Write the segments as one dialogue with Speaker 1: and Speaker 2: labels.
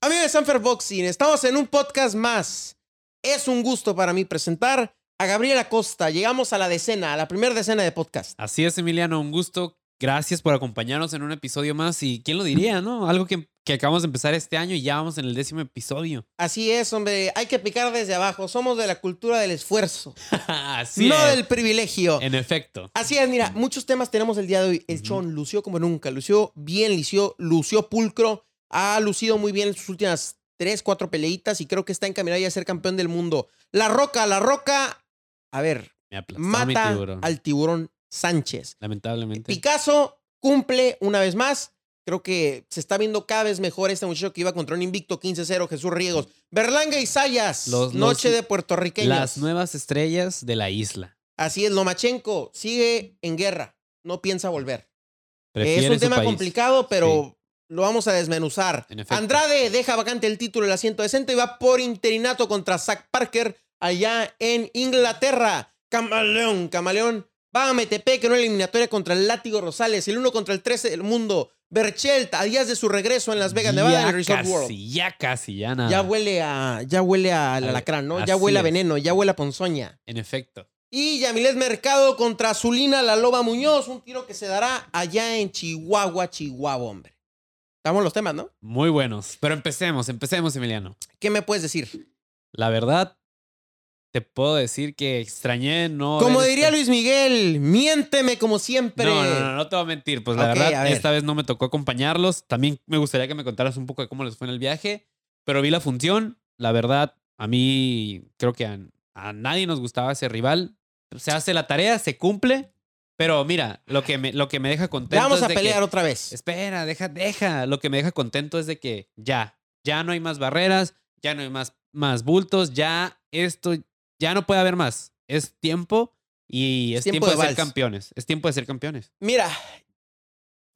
Speaker 1: amigos de Sanfer Boxing, estamos en un podcast más. Es un gusto para mí presentar a Gabriela Costa. Llegamos a la decena, a la primera decena de podcast.
Speaker 2: Así es, Emiliano, un gusto. Gracias por acompañarnos en un episodio más. Y quién lo diría, ¿no? Algo que, que acabamos de empezar este año y ya vamos en el décimo episodio.
Speaker 1: Así es, hombre, hay que picar desde abajo. Somos de la cultura del esfuerzo,
Speaker 2: Así
Speaker 1: no
Speaker 2: es.
Speaker 1: del privilegio.
Speaker 2: En efecto.
Speaker 1: Así es, mira, muchos temas tenemos el día de hoy. El Chon lució como nunca, lució bien, lució, lució pulcro, ha lucido muy bien en sus últimas tres, cuatro peleitas y creo que está encaminado ya a ser campeón del mundo. La Roca, La Roca, a ver,
Speaker 2: Me aplastó
Speaker 1: mata
Speaker 2: mi tiburón.
Speaker 1: al tiburón Sánchez.
Speaker 2: Lamentablemente.
Speaker 1: Picasso cumple una vez más. Creo que se está viendo cada vez mejor este muchacho que iba contra un invicto 15-0, Jesús Riegos. Berlanga y Sayas,
Speaker 2: Los-
Speaker 1: noche
Speaker 2: los-
Speaker 1: de puertorriqueños.
Speaker 2: Las nuevas estrellas de la isla.
Speaker 1: Así es, Lomachenko sigue en guerra, no piensa volver.
Speaker 2: Prefiere
Speaker 1: es un
Speaker 2: su
Speaker 1: tema
Speaker 2: país.
Speaker 1: complicado, pero lo vamos a desmenuzar.
Speaker 2: En efecto.
Speaker 1: Andrade deja vacante el título del asiento decente y va por interinato contra Zach Parker allá en Inglaterra. Camaleón, Camaleón va a Metepec en una eliminatoria contra el Látigo Rosales, el 1 contra el 13 del mundo. Berchelt, a días de su regreso en Las Vegas, Nevada, en el Resort
Speaker 2: casi,
Speaker 1: World.
Speaker 2: Ya casi, ya nada.
Speaker 1: Ya huele a, ya huele a alacrán, ¿no? Ya
Speaker 2: así
Speaker 1: huele a
Speaker 2: es.
Speaker 1: veneno, ya huele a ponzoña.
Speaker 2: En efecto.
Speaker 1: Y Yamilet Mercado contra Zulina La Loba Muñoz, un tiro que se dará allá en Chihuahua, Chihuahua, hombre. Estamos en los temas, ¿no?
Speaker 2: Muy buenos. Pero empecemos, empecemos, Emiliano.
Speaker 1: ¿Qué me puedes decir?
Speaker 2: La verdad, te puedo decir que extrañé no.
Speaker 1: como
Speaker 2: haber
Speaker 1: diría
Speaker 2: estado-
Speaker 1: Luis Miguel, miénteme como siempre.
Speaker 2: No, no, no, no te voy a mentir. Pues
Speaker 1: Ok,
Speaker 2: la
Speaker 1: a
Speaker 2: verdad,
Speaker 1: ver.
Speaker 2: esta vez no me tocó acompañarlos. También me gustaría que me contaras un poco de cómo les fue en el viaje. Pero vi la función. La verdad, a mí creo que a, a nadie nos gustaba ese rival. Se hace la tarea, se cumple. Pero mira, lo que me, lo que me deja contento.
Speaker 1: Ya vamos
Speaker 2: es
Speaker 1: a
Speaker 2: de que-
Speaker 1: pelear otra vez.
Speaker 2: Espera, deja, deja. Lo que me deja contento es de que ya, ya no hay más barreras, ya no hay más, más bultos, ya esto, ya no puede haber más. Es tiempo y es
Speaker 1: tiempo
Speaker 2: tiempo,
Speaker 1: de
Speaker 2: de, ser
Speaker 1: vals.
Speaker 2: campeones. Es tiempo de ser campeones.
Speaker 1: Mira,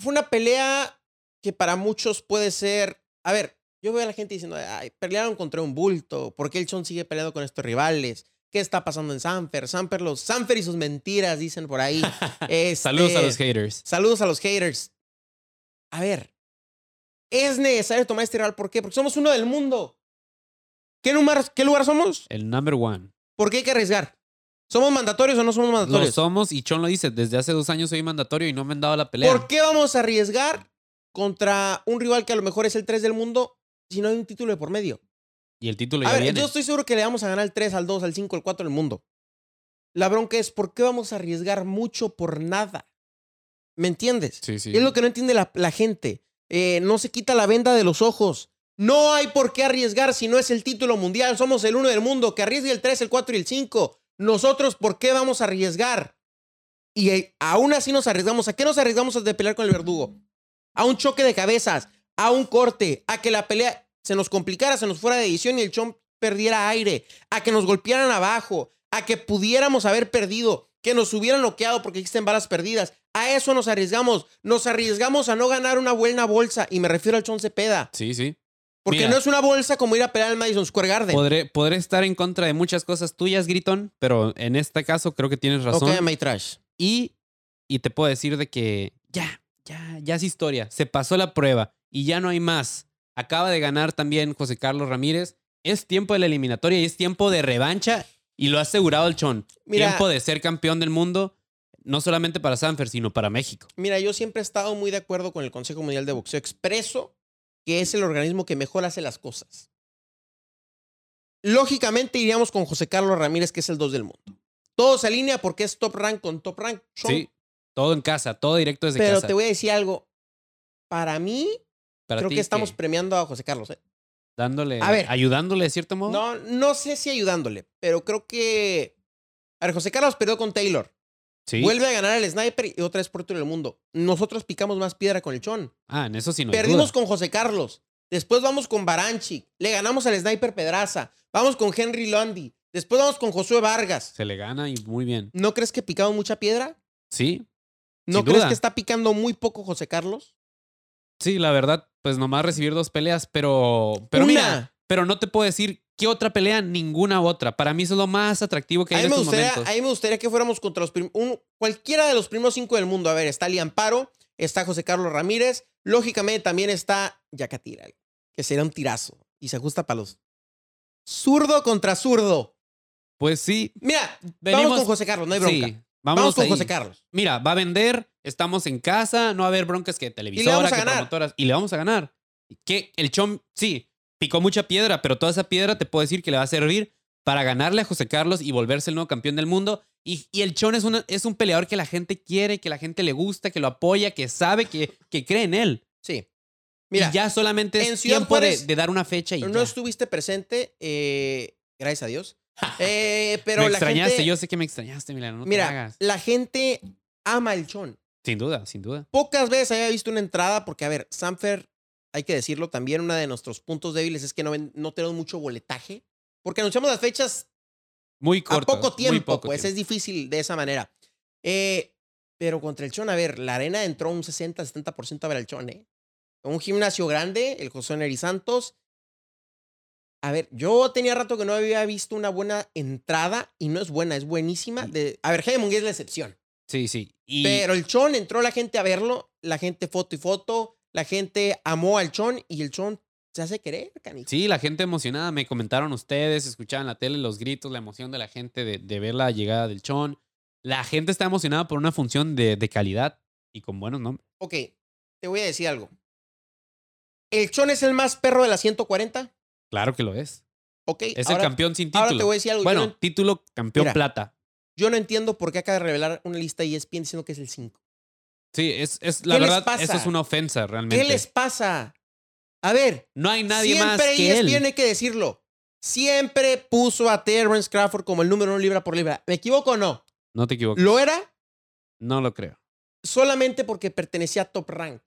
Speaker 1: fue una pelea que para muchos puede ser. A ver, yo veo a la gente diciendo, ay, pelearon contra un bulto. ¿Por qué el Chon sigue peleando con estos rivales? ¿Qué está pasando en Sanfer? Sanfer, los, Sanfer y sus mentiras, dicen por ahí. Este,
Speaker 2: Saludos a los haters.
Speaker 1: Saludos a los haters. A ver, es necesario tomar este rival. ¿Por qué? Porque somos uno del mundo. ¿Qué lugar, qué lugar somos?
Speaker 2: El number one.
Speaker 1: ¿Por qué hay que arriesgar? ¿Somos mandatorios o no somos
Speaker 2: Lo
Speaker 1: mandatorios?
Speaker 2: somos y Chon lo dice, desde hace dos años soy mandatorio y no me han dado la pelea.
Speaker 1: ¿Por qué vamos a arriesgar contra un rival que a lo mejor es el 3 del mundo si no hay un título de por medio?
Speaker 2: Y el título
Speaker 1: A
Speaker 2: ya
Speaker 1: ver,
Speaker 2: viene.
Speaker 1: yo estoy seguro que le vamos a ganar al 3, al 2, al 5, al 4 del mundo. La bronca es, ¿por qué vamos a arriesgar mucho por nada? ¿Me entiendes?
Speaker 2: Sí, sí.
Speaker 1: Es lo que no entiende la, la gente. Eh, no se quita la venda de los ojos. No hay por qué arriesgar si no es el título mundial. Somos el uno del mundo que arriesgue el 3, el 4 y el 5. Nosotros, ¿por qué vamos a arriesgar? Y eh, aún así nos arriesgamos. ¿A qué nos arriesgamos de pelear con el verdugo? A un choque de cabezas, a un corte, a que la pelea se nos complicara, se nos fuera de edición y el chon perdiera aire, a que nos golpearan abajo, a que pudiéramos haber perdido, que nos hubieran noqueado porque existen balas perdidas. A eso nos arriesgamos. Nos arriesgamos a no ganar una buena bolsa. Y me refiero al chon Cepeda.
Speaker 2: Sí, sí.
Speaker 1: Porque
Speaker 2: Mira.
Speaker 1: no es una bolsa como ir a pelear al Madison Square Garden.
Speaker 2: Podré, podré estar en contra de muchas cosas tuyas, Gritón, pero en este caso creo que tienes razón.
Speaker 1: Ok, my trash.
Speaker 2: Y, y te puedo decir de que ya, ya, ya es historia. Se pasó la prueba y ya no hay más. Acaba de ganar también José Carlos Ramírez. Es tiempo de la eliminatoria y es tiempo de revancha. Y lo ha asegurado el Chon.
Speaker 1: Mira.
Speaker 2: tiempo de ser campeón del mundo, no solamente para Sanfer, sino para México.
Speaker 1: Mira, yo siempre he estado muy de acuerdo con el Consejo Mundial de Boxeo Expreso, que es el organismo que mejor hace las cosas. Lógicamente iríamos con José Carlos Ramírez, que es el 2 del mundo. Todo se alinea porque es top rank con top rank. Chon.
Speaker 2: Sí, todo en casa, todo directo desde
Speaker 1: pero
Speaker 2: casa.
Speaker 1: te voy a decir algo. Para mí,
Speaker 2: Para
Speaker 1: creo
Speaker 2: ti,
Speaker 1: que estamos
Speaker 2: ¿qué?
Speaker 1: premiando a José Carlos. ¿eh?
Speaker 2: dándole,
Speaker 1: A ver.
Speaker 2: ayudándole de cierto modo.
Speaker 1: No, no sé si ayudándole, pero creo que. A ver, José Carlos perdió con Taylor.
Speaker 2: sí.
Speaker 1: Vuelve a ganar el sniper y otra vez por todo el mundo. Nosotros picamos más piedra con el chon.
Speaker 2: Ah, en eso sí no. hay
Speaker 1: Perdimos
Speaker 2: duda.
Speaker 1: con José Carlos. Después vamos con Baranchi. Le ganamos al Sniper Pedraza. Vamos con Henry Landy. Después vamos con Josué Vargas.
Speaker 2: Se le gana y muy bien.
Speaker 1: ¿No crees que picamos mucha piedra?
Speaker 2: Sí,
Speaker 1: ¿No
Speaker 2: Sin
Speaker 1: crees
Speaker 2: duda.
Speaker 1: que está picando muy poco José Carlos?
Speaker 2: sí, la verdad, pues nomás recibir dos peleas, pero, pero
Speaker 1: Una.
Speaker 2: mira, pero no te puedo decir qué otra pelea, ninguna otra. Para mí eso es lo más atractivo que
Speaker 1: A
Speaker 2: hay
Speaker 1: mí,
Speaker 2: en
Speaker 1: me
Speaker 2: estos
Speaker 1: gustaría,
Speaker 2: momentos.
Speaker 1: a mí me gustaría que fuéramos contra los prim- un- cualquiera de los primeros cinco del mundo. A ver, está Liamparo, está José Carlos Ramírez, lógicamente también está Yacatira, que sería un tirazo. y se ajusta palos. Zurdo contra zurdo.
Speaker 2: Pues sí,
Speaker 1: Mira, vamos
Speaker 2: venimos-
Speaker 1: con José Carlos, no hay bronca.
Speaker 2: Sí,
Speaker 1: vamos
Speaker 2: vámonos
Speaker 1: con
Speaker 2: ahí.
Speaker 1: José Carlos.
Speaker 2: Mira, va a vender, estamos en casa, no va a haber broncas que televisora,
Speaker 1: vamos a
Speaker 2: que
Speaker 1: ganar.
Speaker 2: promotoras. Y le vamos a ganar. Que el Chom, sí, picó mucha piedra, pero toda esa piedra te puedo decir que le va a servir para ganarle a José Carlos y volverse el nuevo campeón del mundo. Y, y el Chon es, una- es un peleador que la gente quiere, que la gente le gusta, que lo apoya, que sabe, que, que cree en él.
Speaker 1: Sí. Mira,
Speaker 2: y ya solamente es
Speaker 1: en Ciudad
Speaker 2: tiempo de,
Speaker 1: Juárez
Speaker 2: de dar una fecha y
Speaker 1: no
Speaker 2: ya.
Speaker 1: estuviste presente, eh, gracias a Dios. Eh, pero
Speaker 2: Ah, me
Speaker 1: la
Speaker 2: extrañaste,
Speaker 1: gente,
Speaker 2: yo sé que me extrañaste, Milano, no te
Speaker 1: mira,
Speaker 2: hagas.
Speaker 1: la gente ama el chon.
Speaker 2: Sin duda, sin duda.
Speaker 1: Pocas veces había visto una entrada, porque a ver, Sanfer, hay que decirlo también, uno de nuestros puntos débiles es que no, ven- no tenemos mucho boletaje, porque anunciamos las fechas
Speaker 2: Muy corto.
Speaker 1: a poco tiempo, pues es difícil de esa manera. Eh, pero contra el Chon, a ver, la arena entró un 60-70% a ver al Chon, ¿eh? Un gimnasio grande, el José Neri Santos. A ver, yo tenía rato que no había visto una buena entrada y no es buena, es buenísima. De, a ver, Jaime Munguía es la excepción.
Speaker 2: Sí, sí. Y,
Speaker 1: Pero el Chon entró la gente a verlo, la gente foto y foto, la gente amó al Chon y el Chon se hace querer, canijo.
Speaker 2: Sí, la gente emocionada, me comentaron ustedes, escuchaban la tele, los gritos, la emoción de la gente de, de ver la llegada del chon. La gente está emocionada por una función de, de calidad y con buenos nombres.
Speaker 1: Ok, te voy a decir algo. ¿El Chon es el más perro de la 140?
Speaker 2: Claro que lo es.
Speaker 1: Ok,
Speaker 2: Es
Speaker 1: ahora,
Speaker 2: el campeón sin
Speaker 1: ahora
Speaker 2: título.
Speaker 1: te voy a decir algo.
Speaker 2: bueno,
Speaker 1: yo, no,
Speaker 2: título campeón
Speaker 1: Mira.
Speaker 2: plata.
Speaker 1: yo no entiendo por qué acaba de E revelar una lista y ESPN diciendo que es el 5.
Speaker 2: Sí, es, es la
Speaker 1: ¿Qué les
Speaker 2: verdad,
Speaker 1: pasa?
Speaker 2: eso es una ofensa
Speaker 1: ¿Qué
Speaker 2: realmente.
Speaker 1: les pasa? A ver,
Speaker 2: No hay nadie más
Speaker 1: siempre E
Speaker 2: que
Speaker 1: ESPN
Speaker 2: él.
Speaker 1: hay que decirlo. Siempre puso a Terrence Crawford como el número uno libra por libra. ¿Me equivoco o no?
Speaker 2: No te equivoques.
Speaker 1: Lo era
Speaker 2: No lo creo.
Speaker 1: solamente porque pertenecía a Top Rank.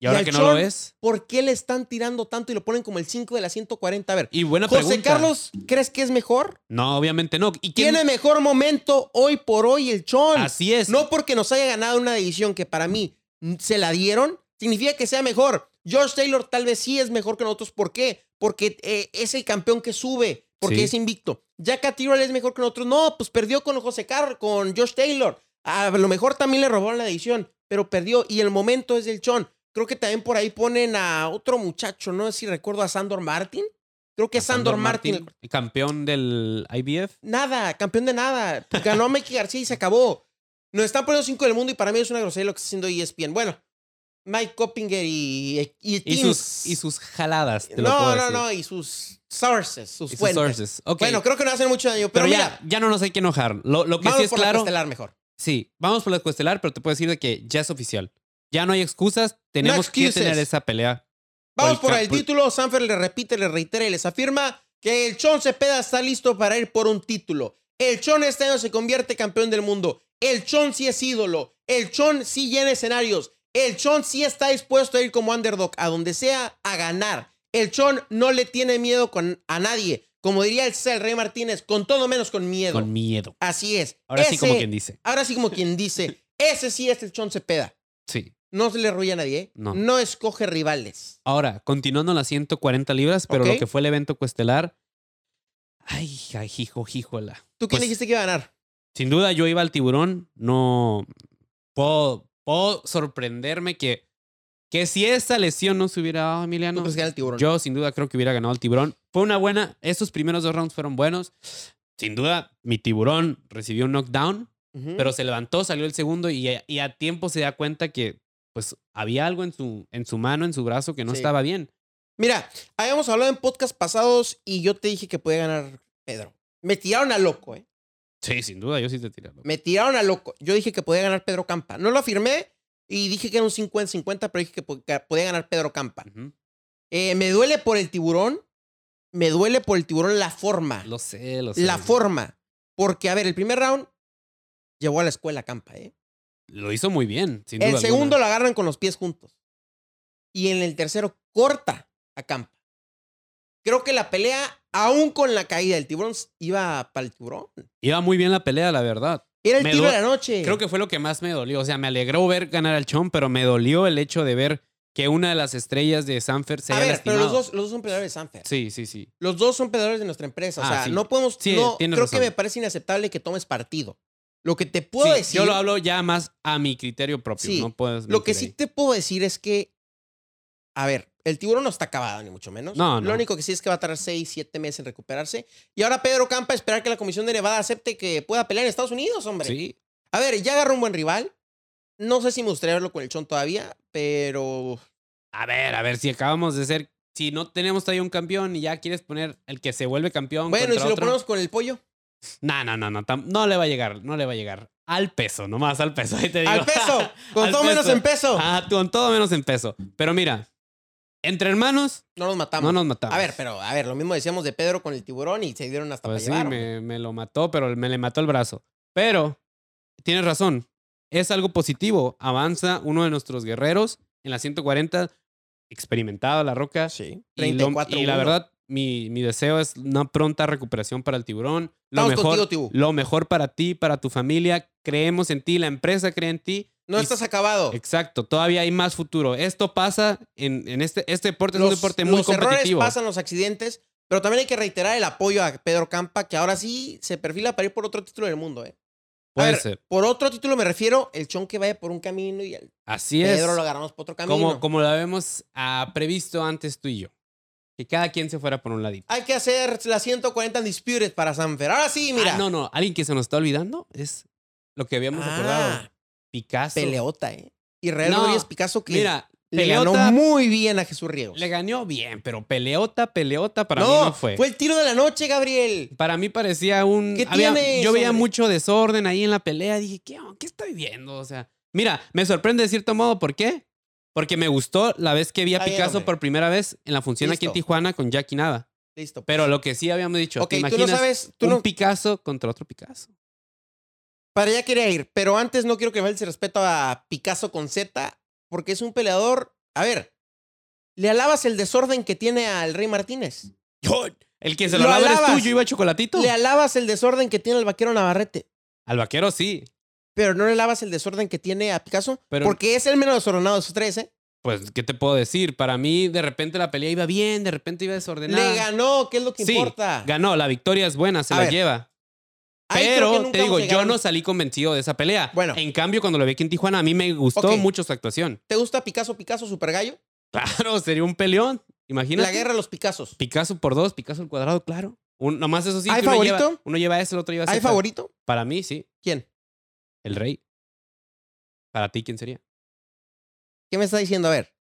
Speaker 2: Y ahora
Speaker 1: al
Speaker 2: que no lo
Speaker 1: Chon?
Speaker 2: es.
Speaker 1: ¿Por qué le están tirando tanto y lo ponen como el 5 de la 140? A ver,
Speaker 2: Y buena
Speaker 1: José
Speaker 2: pregunta.
Speaker 1: Carlos, ¿crees que es mejor?
Speaker 2: No, obviamente no. ¿Y quién?
Speaker 1: Tiene mejor momento hoy por hoy el Chon.
Speaker 2: Así es.
Speaker 1: No porque nos haya ganado una división que para mí mm, se la dieron, significa que sea mejor. George Taylor tal vez sí es mejor que nosotros. ¿Por qué? Porque eh, es el campeón que sube, porque
Speaker 2: Sí.
Speaker 1: es invicto. Jack Attiral es mejor que nosotros. No, pues perdió con José Carr, con George Taylor. A lo mejor también le robaron la división, pero perdió. Y el momento es del Chon. Creo que también por ahí ponen a otro muchacho, no sé si recuerdo a Sandor Martin. Creo que es Sandor, Martin.
Speaker 2: Martin, campeón del IBF.
Speaker 1: Nada, campeón de nada. Pues Ganó a Mikey García y se acabó. Nos están poniendo cinco del mundo y para mí es una grosería lo que está haciendo E ESPN. Bueno, Mike Coppinger y, y,
Speaker 2: Y
Speaker 1: Teams.
Speaker 2: sus, y sus jaladas. Te lo
Speaker 1: no,
Speaker 2: puedo
Speaker 1: no,
Speaker 2: decir.
Speaker 1: no, y sus sources, sus
Speaker 2: Y sus
Speaker 1: fuentes.
Speaker 2: sources. Ok.
Speaker 1: Bueno, creo que no hacen mucho daño, pero,
Speaker 2: pero
Speaker 1: mira,
Speaker 2: ya, ya no nos hay que enojar. Lo, lo que
Speaker 1: vamos
Speaker 2: sí es
Speaker 1: por la
Speaker 2: claro.
Speaker 1: estelar mejor.
Speaker 2: Sí, vamos por la cuestelar, pero te puedo decir de que ya es oficial. Ya no hay excusas. Tenemos que
Speaker 1: excuses.
Speaker 2: tener esa pelea.
Speaker 1: Vamos
Speaker 2: Por
Speaker 1: por
Speaker 2: el
Speaker 1: el
Speaker 2: campo.
Speaker 1: título. Sanfer le repite, le reitera y les afirma que el Chon Cepeda está listo para ir por un título. El Chon este año se convierte campeón del mundo. El Chon sí es ídolo. El Chon sí llena escenarios. El Chon sí está dispuesto a ir como underdog a donde sea a ganar. El Chon no le tiene miedo con, a nadie. Como diría el César Rey Martínez, con todo menos con miedo.
Speaker 2: Con miedo.
Speaker 1: Así es.
Speaker 2: Ahora sí, como
Speaker 1: Ese-
Speaker 2: quien dice.
Speaker 1: Ahora sí como quien dice. Ese sí es el Chon Cepeda.
Speaker 2: Sí.
Speaker 1: No se le ruye a nadie. ¿eh?
Speaker 2: No.
Speaker 1: no escoge rivales.
Speaker 2: Ahora, continuando las 140 libras, pero
Speaker 1: Ok.
Speaker 2: lo que fue el evento cuestelar. Ay, ay, hijo, hijola.
Speaker 1: ¿Tú quién
Speaker 2: Pues-
Speaker 1: dijiste que iba a ganar?
Speaker 2: Sin duda, yo iba al tiburón. No. Puedo, puedo sorprenderme que. Que si esa lesión no se hubiera dado,
Speaker 1: ¿Tú
Speaker 2: Emiliano.
Speaker 1: crees que gana el tiburón?
Speaker 2: Yo sin duda creo que hubiera ganado el tiburón. Fue una buena. Estos primeros dos rounds fueron buenos. Sin duda, mi tiburón recibió un knockdown,
Speaker 1: Ujú.
Speaker 2: pero se levantó, salió el segundo y, y a tiempo se da cuenta que pues había algo en su, en su mano, en su brazo que no
Speaker 1: Sí.
Speaker 2: estaba bien.
Speaker 1: Mira, habíamos hablado en podcast pasados y yo te dije que podía ganar Pedro. Me tiraron a loco, ¿eh?
Speaker 2: Sí, sin duda, yo sí te tiré.
Speaker 1: Me tiraron a loco. Yo dije que podía ganar Pedro Campa. No lo afirmé y dije que era un 50-50, pero dije que po- que podía ganar Pedro Campa.
Speaker 2: Ujú.
Speaker 1: Eh, me duele por el tiburón. Me duele por el tiburón la forma.
Speaker 2: Lo sé, lo sé.
Speaker 1: la forma. Porque, a ver, el primer round llevó a la escuela Campa, ¿eh?
Speaker 2: Lo hizo muy bien, sin
Speaker 1: El
Speaker 2: duda alguna.
Speaker 1: segundo lo agarran con los pies juntos. Y en el tercero corta a Campa. Creo que la pelea, aún con la caída del tiburón, iba para el tiburón.
Speaker 2: Iba muy bien la pelea, la verdad.
Speaker 1: Era el
Speaker 2: Me
Speaker 1: tiro de
Speaker 2: due-
Speaker 1: la noche.
Speaker 2: Creo que fue lo que más me dolió. O sea, me alegró ver ganar al Chon, pero me dolió el hecho de ver que una de las estrellas de Sanfer se
Speaker 1: A
Speaker 2: haya
Speaker 1: ver,
Speaker 2: lastimado.
Speaker 1: pero los dos, los dos son peleadores de Sanfer.
Speaker 2: Sí, sí, sí.
Speaker 1: Los dos son peleadores de nuestra empresa. o
Speaker 2: Ah,
Speaker 1: sea,
Speaker 2: sí.
Speaker 1: no podemos.
Speaker 2: Sí,
Speaker 1: no, creo
Speaker 2: tienes
Speaker 1: que
Speaker 2: razón.
Speaker 1: me parece inaceptable que tomes partido. Lo que te puedo
Speaker 2: Sí,
Speaker 1: decir.
Speaker 2: Yo lo hablo ya más a mi criterio propio.
Speaker 1: Sí.
Speaker 2: No puedes
Speaker 1: Lo que sí
Speaker 2: mentir
Speaker 1: te puedo decir es que a ver, el tiburón no está acabado, ni mucho menos.
Speaker 2: No, no.
Speaker 1: Lo único que sí es que va a tardar 6, 7 meses en recuperarse. Y ahora Pedro Campa a esperar que la Comisión de Nevada acepte que pueda pelear en Estados Unidos, hombre.
Speaker 2: Sí.
Speaker 1: A ver, ya agarró un buen rival. No sé si me gustaría verlo con el chon todavía, pero
Speaker 2: A ver, a ver, si acabamos de ser. Si no tenemos todavía un campeón y ya quieres poner el que se vuelve campeón.
Speaker 1: bueno, y
Speaker 2: contra
Speaker 1: si lo
Speaker 2: otro.
Speaker 1: ponemos con el pollo.
Speaker 2: No, no, no, no. tam- No le va a llegar, no le va a llegar. Al peso, nomás al peso. Ahí te digo.
Speaker 1: Al peso, con
Speaker 2: Al
Speaker 1: todo menos
Speaker 2: peso.
Speaker 1: en peso.
Speaker 2: Ah, con todo menos en peso. Pero mira, entre hermanos
Speaker 1: No nos matamos.
Speaker 2: no nos matamos.
Speaker 1: A ver, pero a ver, lo mismo decíamos de Pedro con el tiburón y se dieron hasta
Speaker 2: Pues sí,
Speaker 1: para llevar. hombre.
Speaker 2: me, me lo mató, pero me le mató el brazo. Pero, tienes razón, es algo positivo. Avanza uno de nuestros guerreros en la 140, experimentado la roca.
Speaker 1: Sí.
Speaker 2: Y, lo-
Speaker 1: 34
Speaker 2: y la verdad, mi, mi deseo es una pronta recuperación para el tiburón. Lo
Speaker 1: Estamos
Speaker 2: mejor,
Speaker 1: contigo, Tibu.
Speaker 2: lo mejor para ti, para tu familia. Creemos en ti, la empresa cree en ti.
Speaker 1: No
Speaker 2: Y-
Speaker 1: estás acabado.
Speaker 2: Exacto, todavía hay más futuro. Esto pasa en, en este, este deporte, es un deporte muy
Speaker 1: los errores
Speaker 2: competitivo.
Speaker 1: pasan los accidentes, pero también hay que reiterar el apoyo a Pedro Campa, que ahora sí se perfila para ir por otro título del mundo. ¿eh? A
Speaker 2: Puede
Speaker 1: ver,
Speaker 2: ser.
Speaker 1: Por otro título me refiero, el chon que vaya por un camino y el
Speaker 2: Así es.
Speaker 1: Pedro lo agarramos por otro camino.
Speaker 2: como, como lo habíamos ah, previsto antes tú y yo. Que cada quien se fuera por un ladito.
Speaker 1: Hay que hacer la 140 Undisputed para Sanfer. Ahora sí, mira.
Speaker 2: Ah, no, no. Alguien que se nos está olvidando es lo que habíamos
Speaker 1: Ah,
Speaker 2: acordado. Picasso.
Speaker 1: Peleota, ¿eh? Israel
Speaker 2: No,
Speaker 1: Rodríguez Picasso que
Speaker 2: Mira,
Speaker 1: le
Speaker 2: Peleota
Speaker 1: ganó muy bien a Jesús Riegos.
Speaker 2: le ganó bien, pero peleota, peleota para mí no fue.
Speaker 1: el tiro de la noche, Gabriel.
Speaker 2: Para mí parecía un...
Speaker 1: ¿Qué
Speaker 2: había-
Speaker 1: tienes,
Speaker 2: yo veía
Speaker 1: hombre?
Speaker 2: mucho desorden ahí en la pelea. Dije, ¿qué, oh, qué estoy viendo? O sea, mira, me sorprende de cierto modo. ¿Por qué? Porque me gustó la vez que vi a
Speaker 1: Está bien,
Speaker 2: Picasso
Speaker 1: hombre.
Speaker 2: por primera vez en la función aquí en
Speaker 1: Listo.
Speaker 2: Tijuana con Jackie Nava.
Speaker 1: Listo. pues.
Speaker 2: Pero lo que sí habíamos dicho,
Speaker 1: ok,
Speaker 2: ¿te
Speaker 1: tú no
Speaker 2: imaginas
Speaker 1: sabes, tú
Speaker 2: un
Speaker 1: no,
Speaker 2: Picasso contra otro Picasso?
Speaker 1: para allá quería ir, pero antes no quiero que falte el respeto a Picasso con Z, porque es un peleador. A ver, le alabas el desorden que tiene al Rey Martínez.
Speaker 2: El que se lo,
Speaker 1: Lo
Speaker 2: alaba eres tú,
Speaker 1: alabas.
Speaker 2: yo iba a chocolatito.
Speaker 1: Le alabas el desorden que tiene al vaquero Navarrete,
Speaker 2: Al vaquero sí.
Speaker 1: pero no le alabas el desorden que tiene a Picasso,
Speaker 2: Pero-
Speaker 1: porque es el menos desordenado de esos tres, ¿eh?
Speaker 2: Pues, ¿qué te puedo decir? Para mí, de repente la pelea iba bien, de repente iba desordenada.
Speaker 1: Le ganó, ¿qué es lo que
Speaker 2: Sí,
Speaker 1: importa?
Speaker 2: Ganó, la victoria es buena, se
Speaker 1: A
Speaker 2: la
Speaker 1: ver,
Speaker 2: lleva.
Speaker 1: Ahí creo que
Speaker 2: Pero
Speaker 1: nunca
Speaker 2: te digo,
Speaker 1: vamos a
Speaker 2: yo
Speaker 1: llegar.
Speaker 2: no salí convencido de esa pelea.
Speaker 1: Bueno.
Speaker 2: En cambio, cuando lo vi aquí en Tijuana, a mí me gustó
Speaker 1: Ok.
Speaker 2: mucho su actuación.
Speaker 1: ¿Te gusta Picasso, Picasso, Super Gallo?
Speaker 2: Claro, sería un peleón. Imagínate.
Speaker 1: La guerra de los Picassos.
Speaker 2: Picasso por dos, Picasso al cuadrado, claro. Un- nomás eso sí.
Speaker 1: ¿Hay
Speaker 2: que uno
Speaker 1: favorito?
Speaker 2: lleva- uno lleva eso, el otro lleva
Speaker 1: ¿Hay
Speaker 2: Z.
Speaker 1: favorito?
Speaker 2: Para mí, sí.
Speaker 1: ¿Quién?
Speaker 2: El rey. Para ti, ¿quién sería?
Speaker 1: ¿Qué me está diciendo? A ver,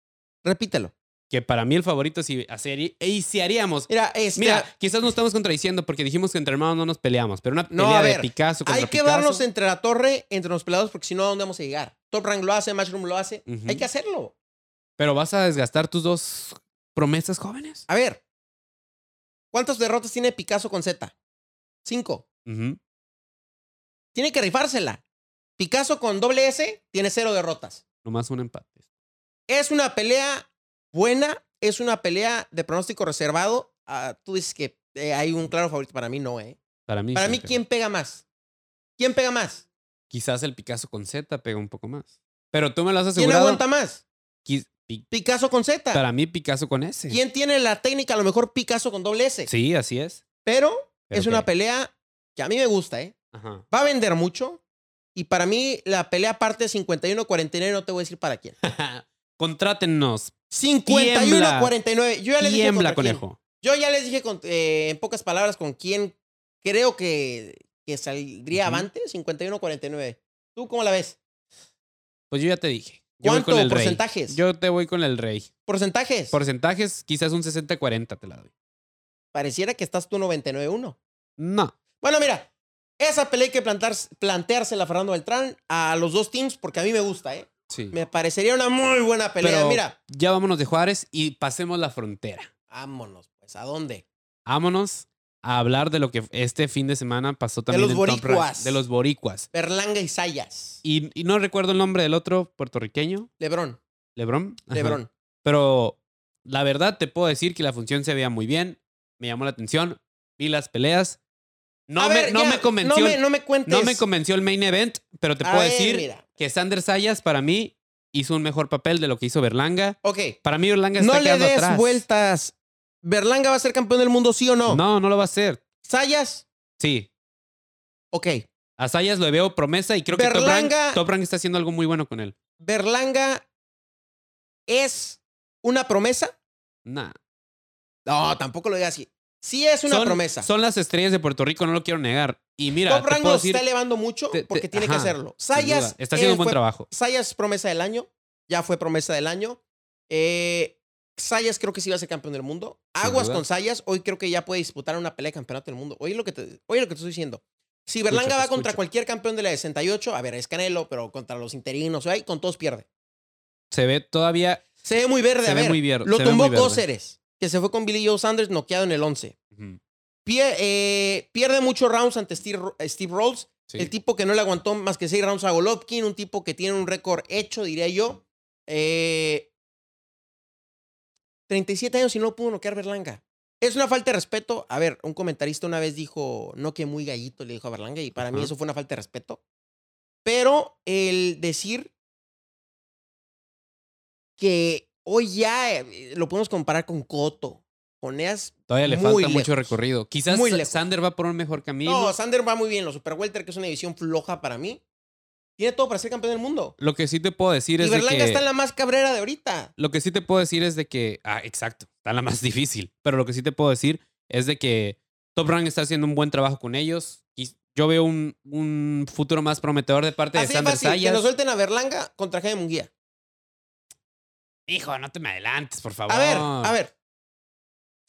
Speaker 1: repítelo.
Speaker 2: Que para mí el favorito si, hacer, e, y si haríamos.
Speaker 1: Mira, este,
Speaker 2: Mira, quizás nos estamos contradiciendo porque dijimos que entre hermanos no nos peleamos, pero una
Speaker 1: No,
Speaker 2: pelea
Speaker 1: a
Speaker 2: de
Speaker 1: ver,
Speaker 2: Picasso contra
Speaker 1: hay que
Speaker 2: Picasso,
Speaker 1: darnos entre la torre, entre los pelados, porque si no, ¿a dónde vamos a llegar? Top Rank lo hace, Matchroom lo hace.
Speaker 2: Ujú.
Speaker 1: Hay que hacerlo.
Speaker 2: Pero vas a desgastar tus dos promesas jóvenes.
Speaker 1: A ver, ¿cuántas derrotas tiene Picasso con Z? Cinco.
Speaker 2: Ujú.
Speaker 1: Tiene que rifársela. Picasso con doble S tiene cero derrotas.
Speaker 2: Nomás un empate.
Speaker 1: Es una pelea buena, es una pelea de pronóstico reservado. Ah, tú dices que eh, hay un claro favorito para mí, no, ¿eh?
Speaker 2: Para mí.
Speaker 1: Para
Speaker 2: sí,
Speaker 1: mí,
Speaker 2: pero
Speaker 1: ¿quién pega más? ¿Quién pega más?
Speaker 2: Quizás el Picasso con Z pega un poco más. Pero tú me lo has
Speaker 1: ¿Quién
Speaker 2: asegurado.
Speaker 1: aguanta más?
Speaker 2: Qui- Pi-
Speaker 1: Picasso con Z.
Speaker 2: Para mí, Picasso con S.
Speaker 1: ¿Quién tiene la técnica? A lo mejor Picasso con doble S.
Speaker 2: Sí, así es.
Speaker 1: Pero
Speaker 2: Pero
Speaker 1: es una
Speaker 2: ¿qué?
Speaker 1: pelea que a mí me gusta, ¿eh?
Speaker 2: Ajá.
Speaker 1: Va a vender mucho. Y para mí, la pelea parte 51-49, no te voy a decir para quién.
Speaker 2: Contrátennos.
Speaker 1: 51-49. Yo ya les dije.
Speaker 2: Tiembla,
Speaker 1: contra quién.
Speaker 2: conejo.
Speaker 1: Yo ya les dije con- eh, en pocas palabras con quién creo que, que saldría
Speaker 2: Ujú.
Speaker 1: avante. 51-49. ¿Tú cómo la ves?
Speaker 2: Pues yo ya te dije. Yo voy
Speaker 1: ¿Cuánto?
Speaker 2: con el rey.
Speaker 1: ¿Porcentajes?
Speaker 2: Yo te voy con el rey.
Speaker 1: ¿Porcentajes?
Speaker 2: Porcentajes, quizás un 60-40 te la doy.
Speaker 1: Pareciera que estás tú 99-1.
Speaker 2: No.
Speaker 1: Bueno, mira. Esa pelea hay que plantar, planteársela a Fernando Beltrán a los dos teams porque a mí me gusta, ¿eh?
Speaker 2: Sí.
Speaker 1: Me parecería una muy buena pelea.
Speaker 2: Pero-
Speaker 1: Mira,
Speaker 2: Ya vámonos de Juárez y pasemos la frontera.
Speaker 1: vámonos, pues, ¿a dónde?
Speaker 2: Vámonos a hablar de lo que este fin de semana pasó también
Speaker 1: los
Speaker 2: en Top Rank.
Speaker 1: boricuas.
Speaker 2: de los boricuas.
Speaker 1: Berlanga y Sayas.
Speaker 2: Y, y no recuerdo el nombre del otro puertorriqueño,
Speaker 1: Lebrón,
Speaker 2: Lebron. Ajá.
Speaker 1: Lebrón.
Speaker 2: Pero la verdad te puedo decir que la función se veía muy bien. Me llamó la atención. Vi las peleas. No,
Speaker 1: A
Speaker 2: me,
Speaker 1: ver,
Speaker 2: no
Speaker 1: ya,
Speaker 2: me convenció.
Speaker 1: No
Speaker 2: el-
Speaker 1: me, no me cuentes.
Speaker 2: No me convenció el main event, pero te
Speaker 1: A
Speaker 2: puedo
Speaker 1: ver,
Speaker 2: decir
Speaker 1: mira.
Speaker 2: que Sander Sayas para mí hizo un mejor papel de lo que hizo Berlanga.
Speaker 1: Ok,
Speaker 2: Para mí Berlanga está
Speaker 1: no le
Speaker 2: quedando
Speaker 1: des
Speaker 2: atrás.
Speaker 1: vueltas. ¿Berlanga va a ser campeón del mundo, sí o no?
Speaker 2: No. no, lo va a hacer.
Speaker 1: ¿Sayas?
Speaker 2: Sí.
Speaker 1: Ok.
Speaker 2: A Sayas le veo promesa y creo que Top
Speaker 1: Berlanga-
Speaker 2: Rank, Top Rank está haciendo algo muy bueno con él.
Speaker 1: Berlanga es una promesa.
Speaker 2: Nah.
Speaker 1: No, tampoco lo diga así. Sí es una
Speaker 2: Son-
Speaker 1: promesa.
Speaker 2: Son las estrellas de Puerto Rico, no lo quiero negar. Y mira,
Speaker 1: Top
Speaker 2: te
Speaker 1: Rank
Speaker 2: puedo
Speaker 1: nos
Speaker 2: decir,
Speaker 1: está elevando mucho
Speaker 2: te- te-
Speaker 1: porque tiene que
Speaker 2: ajá,
Speaker 1: hacerlo.
Speaker 2: sin duda,
Speaker 1: Sayas
Speaker 2: está haciendo
Speaker 1: eh,
Speaker 2: un buen
Speaker 1: fue-
Speaker 2: trabajo.
Speaker 1: Sayas es promesa del año. Ya fue promesa del año. Eh, Sayas creo que sí va a ser campeón del mundo.
Speaker 2: Sin
Speaker 1: Aguas
Speaker 2: duda.
Speaker 1: con Sayas. Hoy creo que ya puede disputar una pelea de campeonato del mundo. Oye lo que te, oye lo que te estoy diciendo. Si Berlanga
Speaker 2: Escucha,
Speaker 1: va
Speaker 2: te
Speaker 1: contra
Speaker 2: escucho.
Speaker 1: cualquier campeón de la 68, a ver, es Canelo, pero contra los interinos, ahí con todos pierde.
Speaker 2: Se ve todavía.
Speaker 1: Se ve muy verde,
Speaker 2: Se
Speaker 1: a
Speaker 2: ve
Speaker 1: ver.
Speaker 2: muy vier-
Speaker 1: Lo
Speaker 2: se ve
Speaker 1: tumbó
Speaker 2: muy verde.
Speaker 1: Cóceres, que se fue con Billy Joe Sanders noqueado en el 11.
Speaker 2: Ujú,
Speaker 1: Pie- eh, pierde muchos rounds ante Steve, Ro- eh, Steve Rolls,
Speaker 2: sí.
Speaker 1: el tipo que no le aguantó más que seis rounds a Golovkin, un tipo que tiene un récord hecho, diría yo. Eh, 37 años y no pudo noquear Berlanga. Es una falta de respeto. A ver, un comentarista una vez dijo, no que muy gallito, le dijo a Berlanga, y para mí
Speaker 2: Ajá.
Speaker 1: eso fue una falta de respeto. Pero el decir que hoy ya eh, lo podemos comparar con Coto, con esas
Speaker 2: Todavía le
Speaker 1: muy
Speaker 2: falta
Speaker 1: lejos.
Speaker 2: mucho recorrido. Quizás
Speaker 1: Muy lejos.
Speaker 2: Sander va por un mejor camino.
Speaker 1: No, Sander va muy bien. Los Super Welter, que es una división floja para mí, tiene todo para ser campeón del mundo.
Speaker 2: Lo que sí te puedo decir
Speaker 1: Y
Speaker 2: es de
Speaker 1: Berlanga
Speaker 2: que.
Speaker 1: está en la más cabrera de ahorita.
Speaker 2: Lo que sí te puedo decir es de que. Ah, exacto. Está la más difícil. Pero lo que sí te puedo decir es de que Top Rank está haciendo un buen trabajo con ellos. Y yo veo un, un futuro más prometedor de parte
Speaker 1: Así
Speaker 2: de
Speaker 1: de
Speaker 2: Sander
Speaker 1: fácil, que
Speaker 2: Sayas.
Speaker 1: nos suelten a Berlanga contra Jaime Munguía.
Speaker 2: Hijo, no te me adelantes, por favor.
Speaker 1: A ver, a ver.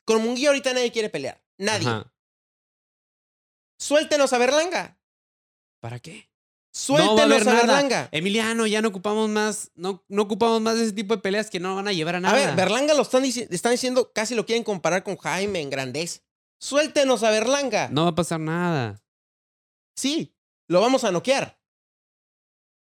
Speaker 1: Con Munguía ahorita nadie quiere pelear. Nadie.
Speaker 2: Ajá.
Speaker 1: Suéltenos a Berlanga.
Speaker 2: ¿Para qué? No va a
Speaker 1: Suéltenos
Speaker 2: haber
Speaker 1: a,
Speaker 2: nada. Eh,
Speaker 1: Berlanga.
Speaker 2: Emiliano, ya no ocupamos más. No, no ocupamos más de ese tipo de peleas que no van a llevar a
Speaker 1: A
Speaker 2: nada.
Speaker 1: ver, Berlanga lo están, dici- están diciendo, casi lo quieren comparar con Jaime en grandeza. Suéltenos a Berlanga.
Speaker 2: No va a pasar nada.
Speaker 1: Sí, lo vamos a noquear.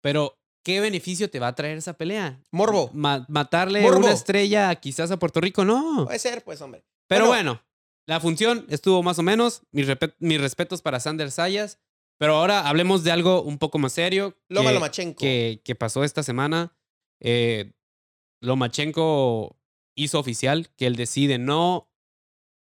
Speaker 2: Pero, ¿qué beneficio te va a traer esa pelea?
Speaker 1: Morbo.
Speaker 2: Ma- matarle
Speaker 1: Morbo.
Speaker 2: una estrella quizás a Puerto Rico, no.
Speaker 1: Puede ser, pues, hombre.
Speaker 2: Pero bueno, la función estuvo más o menos. Mis, repe- mis respetos para Sander Sayas. Pero ahora hablemos de algo un poco más serio.
Speaker 1: Loma
Speaker 2: que-
Speaker 1: Lomachenko.
Speaker 2: que, que pasó esta semana, eh, Lomachenko hizo oficial que él decide no
Speaker 1: no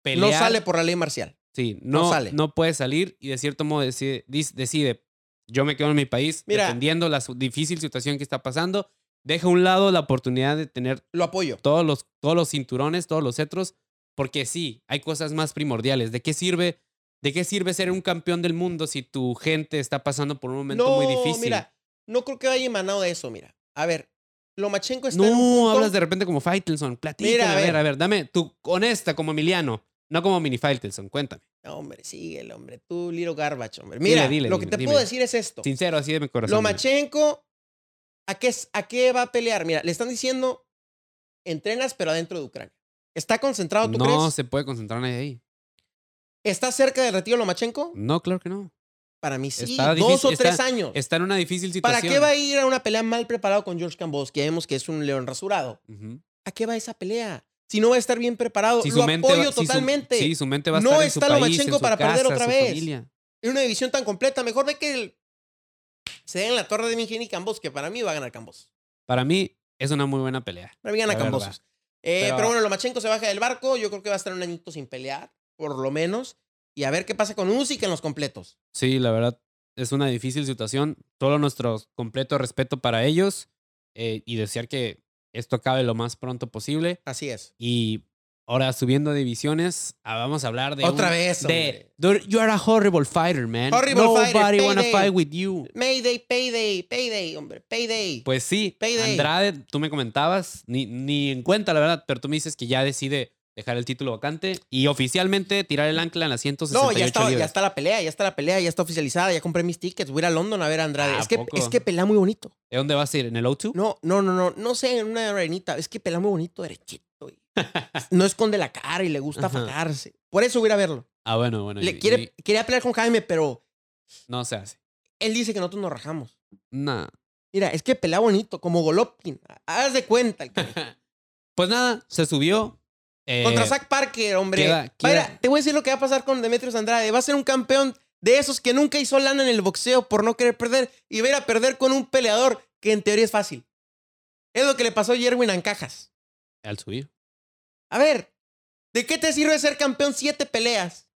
Speaker 2: pelear.
Speaker 1: sale por la ley marcial.
Speaker 2: Sí,
Speaker 1: no
Speaker 2: no, no,
Speaker 1: sale.
Speaker 2: puede salir y de cierto modo decide, dis- decide, yo me quedo en mi país
Speaker 1: Mira.
Speaker 2: defendiendo la su- difícil situación que está pasando. Deja a un lado la oportunidad de tener
Speaker 1: Lo apoyo.
Speaker 2: todos los, todos los cinturones, todos los cetros, porque sí, hay cosas más primordiales. ¿De qué sirve? ¿De qué sirve ser un campeón del mundo si tu gente está pasando por un momento muy difícil?
Speaker 1: Mira, no creo que vaya emanado de eso, mira. A ver, Lomachenko está en un
Speaker 2: No,
Speaker 1: punto-
Speaker 2: hablas de repente como Faitelson. Platícame,
Speaker 1: Mira, a
Speaker 2: a ver,
Speaker 1: ver.
Speaker 2: a ver, dame tu honesta como Emiliano, no como mini Faitelson, cuéntame.
Speaker 1: No, hombre, síguele, hombre. Tú, Liro Garbage, hombre. Mira,
Speaker 2: dile,
Speaker 1: lo que
Speaker 2: dime,
Speaker 1: te
Speaker 2: dime.
Speaker 1: puedo decir es esto.
Speaker 2: Sincero, así de mi corazón.
Speaker 1: Lomachenko, ¿a qué, es- ¿a qué va a pelear? Mira, le están diciendo, entrenas, pero adentro de Ucrania. ¿Está concentrado, tú
Speaker 2: no
Speaker 1: crees?
Speaker 2: se puede concentrar nadie ahí.
Speaker 1: ¿Está cerca del retiro Lomachenko?
Speaker 2: No, claro que no.
Speaker 1: Para mí sí,
Speaker 2: Está
Speaker 1: dos
Speaker 2: difícil,
Speaker 1: o
Speaker 2: está-
Speaker 1: tres años.
Speaker 2: Está en una difícil
Speaker 1: ¿Para
Speaker 2: situación.
Speaker 1: qué va a ir a una pelea mal preparado con George Campos, que vemos que es un león rasurado?
Speaker 2: Ujú.
Speaker 1: ¿A qué va esa pelea? Si no va a estar bien preparado,
Speaker 2: Si su
Speaker 1: lo
Speaker 2: mente
Speaker 1: apoyo
Speaker 2: va- si su-
Speaker 1: totalmente.
Speaker 2: sí, su mente va a
Speaker 1: No
Speaker 2: estar en su
Speaker 1: está
Speaker 2: país,
Speaker 1: Lomachenko
Speaker 2: en su
Speaker 1: para perder
Speaker 2: casa,
Speaker 1: otra
Speaker 2: su
Speaker 1: vez.
Speaker 2: familia.
Speaker 1: en una división tan completa. Mejor ve que el- se den la torre de Mingen y Cambos, que para mí va a ganar Cambos.
Speaker 2: Para mí es una muy buena pelea.
Speaker 1: Para mí gana
Speaker 2: La
Speaker 1: Cambos.
Speaker 2: verdad.
Speaker 1: Eh, pero,
Speaker 2: Pero-
Speaker 1: bueno, Lomachenko se baja del barco. Yo creo que va a estar un añito sin pelear, por lo menos. Y a ver qué pasa con Usyk en los completos.
Speaker 2: Sí, la verdad es una difícil situación. Todo nuestro completo respeto para ellos eh, y desear que esto acabe lo más pronto posible.
Speaker 1: Así es.
Speaker 2: Y ahora subiendo divisiones, ah, vamos a hablar de.
Speaker 1: Otra
Speaker 2: un-
Speaker 1: vez,
Speaker 2: De, "Dude, you are a horrible fighter, man.
Speaker 1: Horrible
Speaker 2: Nobody
Speaker 1: fighter,
Speaker 2: wanna
Speaker 1: payday."
Speaker 2: fight with you.
Speaker 1: Mayday, payday, payday, hombre, payday.
Speaker 2: Pues sí,
Speaker 1: Payday.
Speaker 2: Andrade, tú me comentabas, ni, ni en cuenta, la verdad, pero tú me dices que ya decide dejar el título vacante y oficialmente tirar el ancla en las 168
Speaker 1: no, ya está, ya
Speaker 2: libras.
Speaker 1: está la pelea, ya está la pelea, ya está oficializada, ya compré mis tickets, voy a ir a London a ver a Andrade.
Speaker 2: Ah,
Speaker 1: es, que,
Speaker 2: ¿poco?
Speaker 1: es que pelea muy bonito.
Speaker 2: ¿De dónde vas a ir? ¿En el O2?
Speaker 1: No, no, no, no, no sé, en una arenita. Es que pela muy bonito derechito. güey. No esconde la cara y le gusta
Speaker 2: Ajá.
Speaker 1: fajarse. Por eso voy a ir a verlo.
Speaker 2: Ah, bueno, bueno.
Speaker 1: Le
Speaker 2: y-
Speaker 1: quiere,
Speaker 2: y
Speaker 1: quería pelear con Jaime, pero
Speaker 2: no se hace.
Speaker 1: él dice que nosotros nos rajamos.
Speaker 2: Nada.
Speaker 1: Mira, es que pelea bonito, como Golovkin. Haz de cuenta. el cabrón.
Speaker 2: Pues nada, se subió. eh,
Speaker 1: Contra Zack Parker, hombre.
Speaker 2: queda-
Speaker 1: Mira,
Speaker 2: queda-
Speaker 1: te voy a decir lo que va a pasar con Demetrios Andrade. Va a ser un campeón de esos que nunca hizo lana en el boxeo por no querer perder y va a ir a perder con un peleador que en teoría es fácil. Es lo que le pasó a Jerwin Ancajas.
Speaker 2: Al subir.
Speaker 1: A ver, ¿de qué te sirve ser campeón siete peleas?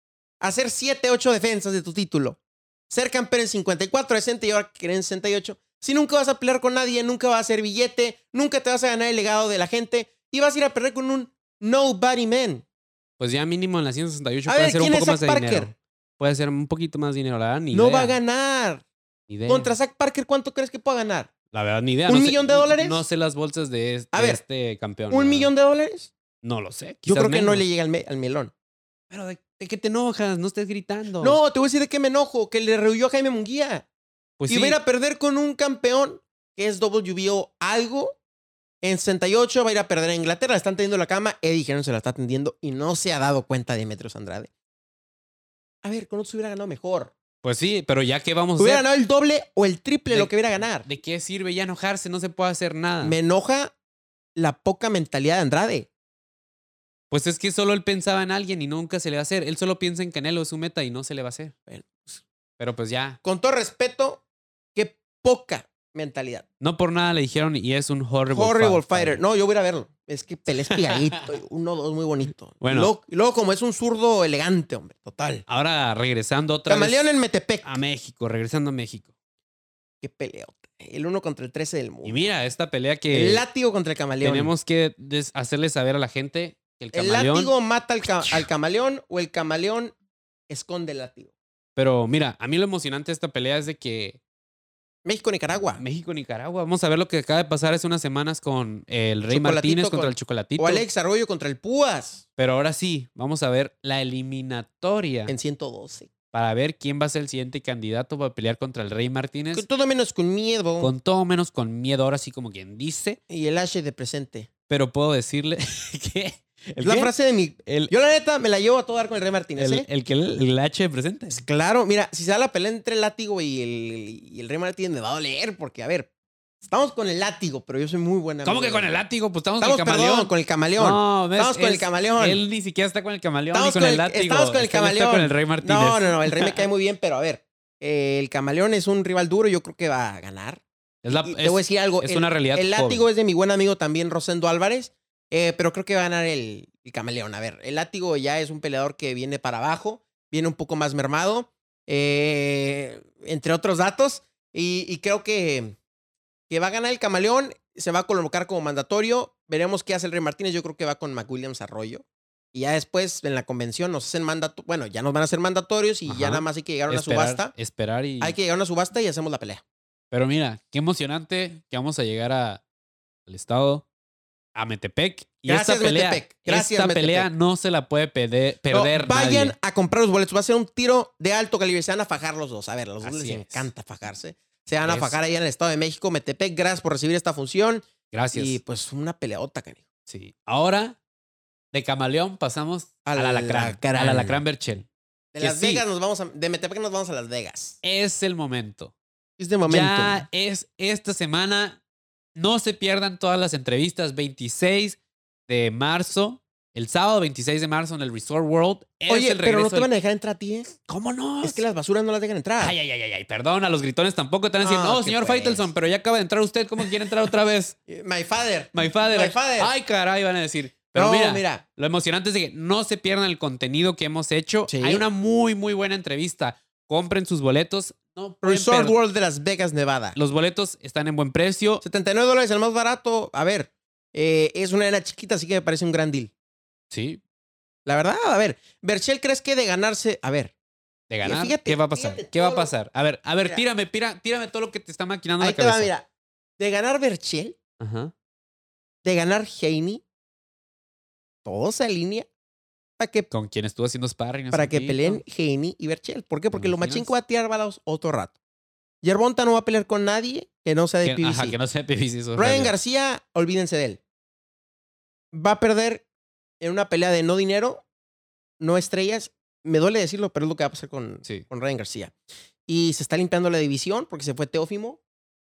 Speaker 1: Hacer siete, ocho defensas de tu título. Ser campeón en 54, 60 y ahora que en 68. Si nunca vas a pelear con nadie, nunca vas a hacer billete, nunca te vas a ganar el legado de la gente y vas a ir a perder con un nobody man.
Speaker 2: Pues ya mínimo en la 168
Speaker 1: A
Speaker 2: puede
Speaker 1: ver,
Speaker 2: ser un
Speaker 1: ¿quién es
Speaker 2: poco más
Speaker 1: Zach
Speaker 2: de dinero.
Speaker 1: Parker?
Speaker 2: Puede ser un poquito más de dinero, la verdad, ni
Speaker 1: No
Speaker 2: idea,
Speaker 1: va a ganar.
Speaker 2: ni idea.
Speaker 1: Contra Zach Parker, ¿cuánto crees que pueda ganar?
Speaker 2: La verdad, ni idea.
Speaker 1: ¿Un
Speaker 2: no sé-
Speaker 1: millón de dólares?
Speaker 2: No sé las bolsas de este,
Speaker 1: A ver,
Speaker 2: este campeón. la
Speaker 1: ¿Un
Speaker 2: verdad.
Speaker 1: millón de dólares?
Speaker 2: No lo sé.
Speaker 1: Yo
Speaker 2: quizás
Speaker 1: creo que no
Speaker 2: menos.
Speaker 1: le llega al, me- al melón.
Speaker 2: Pero ¿de, de qué te enojas? No estés gritando.
Speaker 1: No, te voy a decir de qué me enojo, que le rehuyó a Jaime Munguía.
Speaker 2: Pues
Speaker 1: y
Speaker 2: sí.
Speaker 1: va a ir a perder con un campeón que es WBO algo. En 68 va a ir a perder a Inglaterra. Le están teniendo la cama. Eddie Hearn se la está atendiendo y no se ha dado cuenta de Metros Andrade. A ver, con otro se hubiera ganado mejor.
Speaker 2: Pues sí, pero ya que vamos a
Speaker 1: Hubiera
Speaker 2: hacer?
Speaker 1: ganado el doble o el triple de
Speaker 2: De-
Speaker 1: lo que hubiera ganar.
Speaker 2: ¿De qué sirve ya enojarse? No se puede hacer nada.
Speaker 1: Me enoja la poca mentalidad de Andrade.
Speaker 2: Pues es que solo él pensaba en alguien y nunca se le va a hacer. Él solo piensa en Canelo, es su meta y no se le va a hacer.
Speaker 1: Bueno.
Speaker 2: Pero pues ya,
Speaker 1: Con todo respeto, qué poca mentalidad.
Speaker 2: no por nada le dijeron y es un horrible,
Speaker 1: Horrible
Speaker 2: fi-
Speaker 1: fighter. No, yo voy a ir a verlo. Es que pelees pegadito. uno, dos, muy bonito. Y
Speaker 2: Bueno.
Speaker 1: luego, y luego como es un zurdo elegante, hombre. Total.
Speaker 2: Ahora regresando otra
Speaker 1: Camaleón
Speaker 2: vez Ah.
Speaker 1: en Metepec.
Speaker 2: a México, regresando a México.
Speaker 1: Qué peleota. El uno contra el 13 del mundo.
Speaker 2: Y mira, esta pelea que
Speaker 1: el látigo contra el camaleón.
Speaker 2: tenemos que des- hacerle saber a la gente que el
Speaker 1: el
Speaker 2: camaleón...
Speaker 1: látigo mata al, ca- al camaleón o el camaleón esconde el látigo.
Speaker 2: Pero mira, a mí lo emocionante de esta pelea es de que
Speaker 1: México-Nicaragua.
Speaker 2: México-Nicaragua, vamos a ver lo que acaba de pasar hace unas semanas con el Rey
Speaker 1: Chocolatito
Speaker 2: Martínez contra
Speaker 1: con-
Speaker 2: el Chocolatito.
Speaker 1: O Alex Arroyo contra el Púas
Speaker 2: Pero ahora sí, vamos a ver la eliminatoria
Speaker 1: en 112.
Speaker 2: para ver quién va a ser el siguiente candidato para pelear contra el Rey Martínez.
Speaker 1: Que Todo menos con miedo.
Speaker 2: Con todo menos con miedo, ahora sí como quien dice.
Speaker 1: Y el H de presente.
Speaker 2: Pero puedo decirle que... ¿El
Speaker 1: la
Speaker 2: qué?
Speaker 1: frase de mi...
Speaker 2: El,
Speaker 1: Yo la neta me la llevo a todo dar con el Rey Martínez.
Speaker 2: el,
Speaker 1: ¿eh?
Speaker 2: el que el, el H presente.
Speaker 1: Pues claro, mira, si se da la pelea entre el látigo y el, y el Rey Martínez me va a doler porque, a ver, estamos con el látigo, pero yo soy muy buena.
Speaker 2: ¿Cómo que
Speaker 1: amiga.
Speaker 2: con el látigo? Pues estamos,
Speaker 1: Estamos,
Speaker 2: con el
Speaker 1: perdón,
Speaker 2: camaleón.
Speaker 1: con el camaleón.
Speaker 2: No, ves,
Speaker 1: Estamos con el
Speaker 2: es-
Speaker 1: camaleón.
Speaker 2: Él ni siquiera está con el camaleón
Speaker 1: Estamos
Speaker 2: ni con,
Speaker 1: con
Speaker 2: el
Speaker 1: el-
Speaker 2: látigo.
Speaker 1: estamos con el
Speaker 2: Está- él Está con
Speaker 1: camaleón.
Speaker 2: el Rey Martínez.
Speaker 1: No, no, no, el Rey me cae muy bien, pero a ver, eh, el camaleón es un rival duro, yo creo que va a ganar.
Speaker 2: Es, la-
Speaker 1: Y te
Speaker 2: es-
Speaker 1: voy a decir algo.
Speaker 2: es
Speaker 1: el,
Speaker 2: una realidad.
Speaker 1: el
Speaker 2: joven.
Speaker 1: látigo es de mi buen amigo también, Rosendo Álvarez, eh, pero creo que va a ganar el, el camaleón. A ver, el látigo ya es un peleador que viene para abajo, viene un poco más mermado, eh, entre otros datos, y, y creo que, que va a ganar el camaleón, se va a colocar como mandatorio, veremos qué hace el Rey Martínez, yo creo que va con McWilliams Arroyo. Y ya después en la convención nos hacen mandato, bueno, ya nos van a hacer mandatorios y
Speaker 2: Ajá.
Speaker 1: ya nada más hay que llegar a una
Speaker 2: esperar,
Speaker 1: subasta.
Speaker 2: Esperar y...
Speaker 1: Hay que llegar a una subasta y hacemos la pelea.
Speaker 2: Pero mira, qué emocionante que vamos a llegar a- al estado, a Metepec. Y
Speaker 1: Gracias,
Speaker 2: esta pelea,
Speaker 1: Metepec. Gracias,
Speaker 2: esta
Speaker 1: Metepec.
Speaker 2: pelea no se la puede pede-
Speaker 1: No,
Speaker 2: perder
Speaker 1: vayan
Speaker 2: nadie.
Speaker 1: a comprar los boletos. Va a ser un tiro de alto calibre. Se van a fajar los dos. A ver, a los dos
Speaker 2: Así
Speaker 1: les
Speaker 2: es.
Speaker 1: encanta fajarse. Se van a
Speaker 2: Es.
Speaker 1: fajar allá en el Estado de México. Metepec, gracias por recibir esta función.
Speaker 2: Gracias.
Speaker 1: Y pues una peleota, canijo.
Speaker 2: Sí. Ahora, de camaleón pasamos al,
Speaker 1: Al
Speaker 2: alacrán.
Speaker 1: alacrán.
Speaker 2: Al alacrán Berchel.
Speaker 1: De
Speaker 2: Que
Speaker 1: Las
Speaker 2: sí.
Speaker 1: Vegas nos vamos a... De Metepec nos vamos a Las Vegas.
Speaker 2: Es el momento.
Speaker 1: Es de momento.
Speaker 2: Ya es esta semana. No se pierdan todas las entrevistas. 26 de marzo. El sábado 26 de marzo en el Resort World. Es
Speaker 1: Oye,
Speaker 2: el
Speaker 1: pero no
Speaker 2: regreso
Speaker 1: te
Speaker 2: del-
Speaker 1: van a dejar entrar a ti, ¿eh?
Speaker 2: ¿Cómo no?
Speaker 1: Es que las basuras no las dejan entrar.
Speaker 2: Ay, ay, ay, ay, ay, perdón, a los gritones tampoco están diciendo,
Speaker 1: Ah,
Speaker 2: oh,
Speaker 1: ¿qué
Speaker 2: señor
Speaker 1: pues?
Speaker 2: Faitelson, pero ya acaba de entrar usted, ¿cómo quiere entrar otra vez?
Speaker 1: My father.
Speaker 2: My father.
Speaker 1: My father.
Speaker 2: Ay, caray, van a decir. Pero
Speaker 1: no,
Speaker 2: mira,
Speaker 1: mira.
Speaker 2: lo emocionante es de que no se pierdan el contenido que hemos hecho.
Speaker 1: Sí.
Speaker 2: Hay una muy, muy buena entrevista. Compren sus boletos. No pueden
Speaker 1: Resort
Speaker 2: perder-
Speaker 1: World de Las Vegas, Nevada.
Speaker 2: Los boletos están en buen precio.
Speaker 1: 79 dólares el más barato. A ver, eh, es una arena chiquita, así que me parece un gran deal.
Speaker 2: Sí,
Speaker 1: La verdad, a ver, Berchel, ¿crees que de ganarse... A ver,
Speaker 2: de ganar.
Speaker 1: fíjate,
Speaker 2: ¿Qué va a pasar?
Speaker 1: fíjate
Speaker 2: ¿Qué va a
Speaker 1: todo lo-
Speaker 2: pasar? A ver, a ver,
Speaker 1: Mira.
Speaker 2: tírame, pira- tírame todo lo que te está maquinando
Speaker 1: ahí
Speaker 2: la
Speaker 1: te
Speaker 2: cabeza.
Speaker 1: va, mira. De ganar Berchel,
Speaker 2: Ajá.
Speaker 1: de ganar Heini, todo se alinea para que,
Speaker 2: Con quien estuvo haciendo sparring. hace
Speaker 1: para que
Speaker 2: poquito.
Speaker 1: peleen Heini y Berchel. ¿Por qué? Porque
Speaker 2: ¿Te
Speaker 1: lo
Speaker 2: imaginas?
Speaker 1: machinco va a tirar balas otro rato. Yerbonta no va a pelear con nadie que no sea de
Speaker 2: Que-
Speaker 1: PVC.
Speaker 2: Ajá, que no sea de PVC. eso
Speaker 1: Ryan
Speaker 2: es realidad.
Speaker 1: García, olvídense de él. Va a perder en una pelea de no dinero, no estrellas. Me duele decirlo, pero es lo que va a pasar con,
Speaker 2: Sí.
Speaker 1: con Ryan García. Y se está limpiando la división porque se fue Teófimo.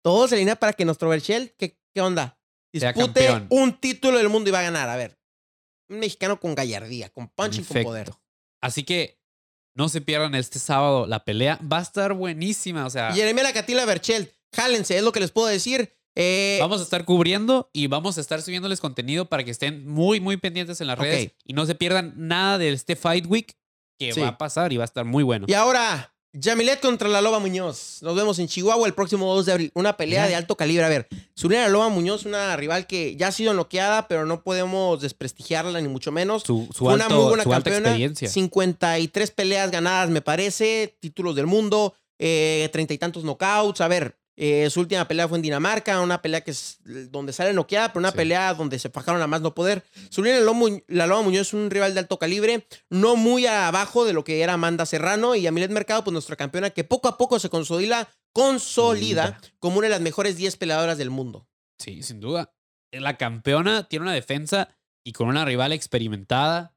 Speaker 1: Todo se alinea para que nuestro Berchel, ¿qué, qué onda?
Speaker 2: Sea
Speaker 1: Dispute
Speaker 2: campeón.
Speaker 1: un título del mundo y va a ganar. A ver, un mexicano con gallardía, con punch y con
Speaker 2: Perfecto.
Speaker 1: poder.
Speaker 2: Así que no se pierdan este sábado la pelea. Va a estar buenísima. O sea,
Speaker 1: Jeremia Lacatila Berchel, jálense, es lo que les puedo decir. Eh,
Speaker 2: vamos a estar cubriendo y vamos a estar subiéndoles contenido para que estén muy, muy pendientes en las
Speaker 1: Ok.
Speaker 2: redes y no se pierdan nada de este Fight Week que
Speaker 1: Sí.
Speaker 2: va a pasar y va a estar muy bueno.
Speaker 1: Y ahora, Yamilet contra la Loba Muñoz. Nos vemos en Chihuahua el próximo 2 de abril. Una pelea
Speaker 2: Mira.
Speaker 1: de alto calibre. A ver, Zulina la Loba Muñoz, una rival que ya ha sido noqueada, pero no podemos desprestigiarla ni mucho menos.
Speaker 2: Su, su
Speaker 1: Fue una
Speaker 2: alto-
Speaker 1: muy buena
Speaker 2: su alta
Speaker 1: campeona.
Speaker 2: experiencia.
Speaker 1: 53 peleas ganadas, me parece. Títulos del mundo. eh, Treinta y tantos knockouts. A ver, eh, su última pelea fue en Dinamarca. Una pelea que es donde sale noqueada, pero una
Speaker 2: Sí.
Speaker 1: pelea donde se fajaron a más no poder. Zulina Lomu- La Loba Muñoz es un rival de alto calibre. No muy abajo de lo que era Amanda Serrano. Y Amilet Mercado, pues nuestra campeona que poco a poco se consolida, consolida como una de las mejores 10 peleadoras del mundo.
Speaker 2: Sí, sin duda. La campeona tiene una defensa y con una rival experimentada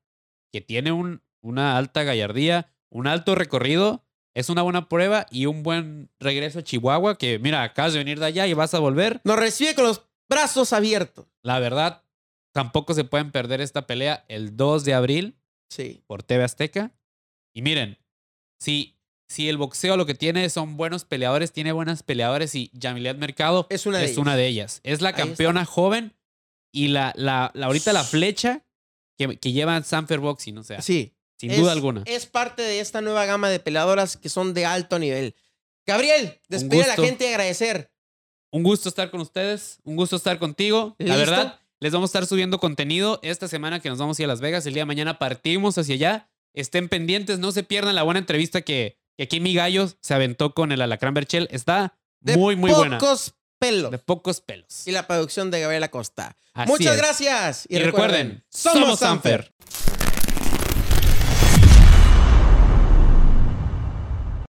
Speaker 2: que tiene un, una alta gallardía, un alto recorrido. Es una buena prueba y un buen regreso a Chihuahua que, mira, acabas de venir de allá y vas a volver.
Speaker 1: Nos recibe con los brazos abiertos.
Speaker 2: La verdad, tampoco se pueden perder esta pelea el 2 de abril
Speaker 1: Sí.
Speaker 2: por TV Azteca. Y miren, si, si el boxeo lo que tiene son buenos peleadores, tiene buenas peleadores y Yamilet Mercado
Speaker 1: Es una de
Speaker 2: es
Speaker 1: ellas.
Speaker 2: una de ellas. Es la
Speaker 1: está.
Speaker 2: campeona joven y la, la, la- ahorita la flecha que, que lleva Sanfer Boxing, o sea,
Speaker 1: Sí.
Speaker 2: sin
Speaker 1: Es-
Speaker 2: duda alguna.
Speaker 1: Es parte de esta nueva gama de peleadoras que son de alto nivel. Gabriel, despide a la
Speaker 2: gusto.
Speaker 1: gente y agradecer.
Speaker 2: Un gusto estar con ustedes, un gusto estar contigo. La
Speaker 1: ¿Listo?
Speaker 2: verdad, les vamos a estar subiendo contenido esta semana que nos vamos a ir a Las Vegas. El día de mañana partimos hacia allá. Estén pendientes, no se pierdan la buena entrevista que, que aquí mi gallo se aventó con el Alacrán Berchel. Está
Speaker 1: De
Speaker 2: muy, muy buena.
Speaker 1: Pocos pelos.
Speaker 2: De pocos pelos.
Speaker 1: Y la producción de Gabriel Acosta.
Speaker 2: Así
Speaker 1: Muchas
Speaker 2: es.
Speaker 1: gracias.
Speaker 2: Y recuerden, somos Sanfer.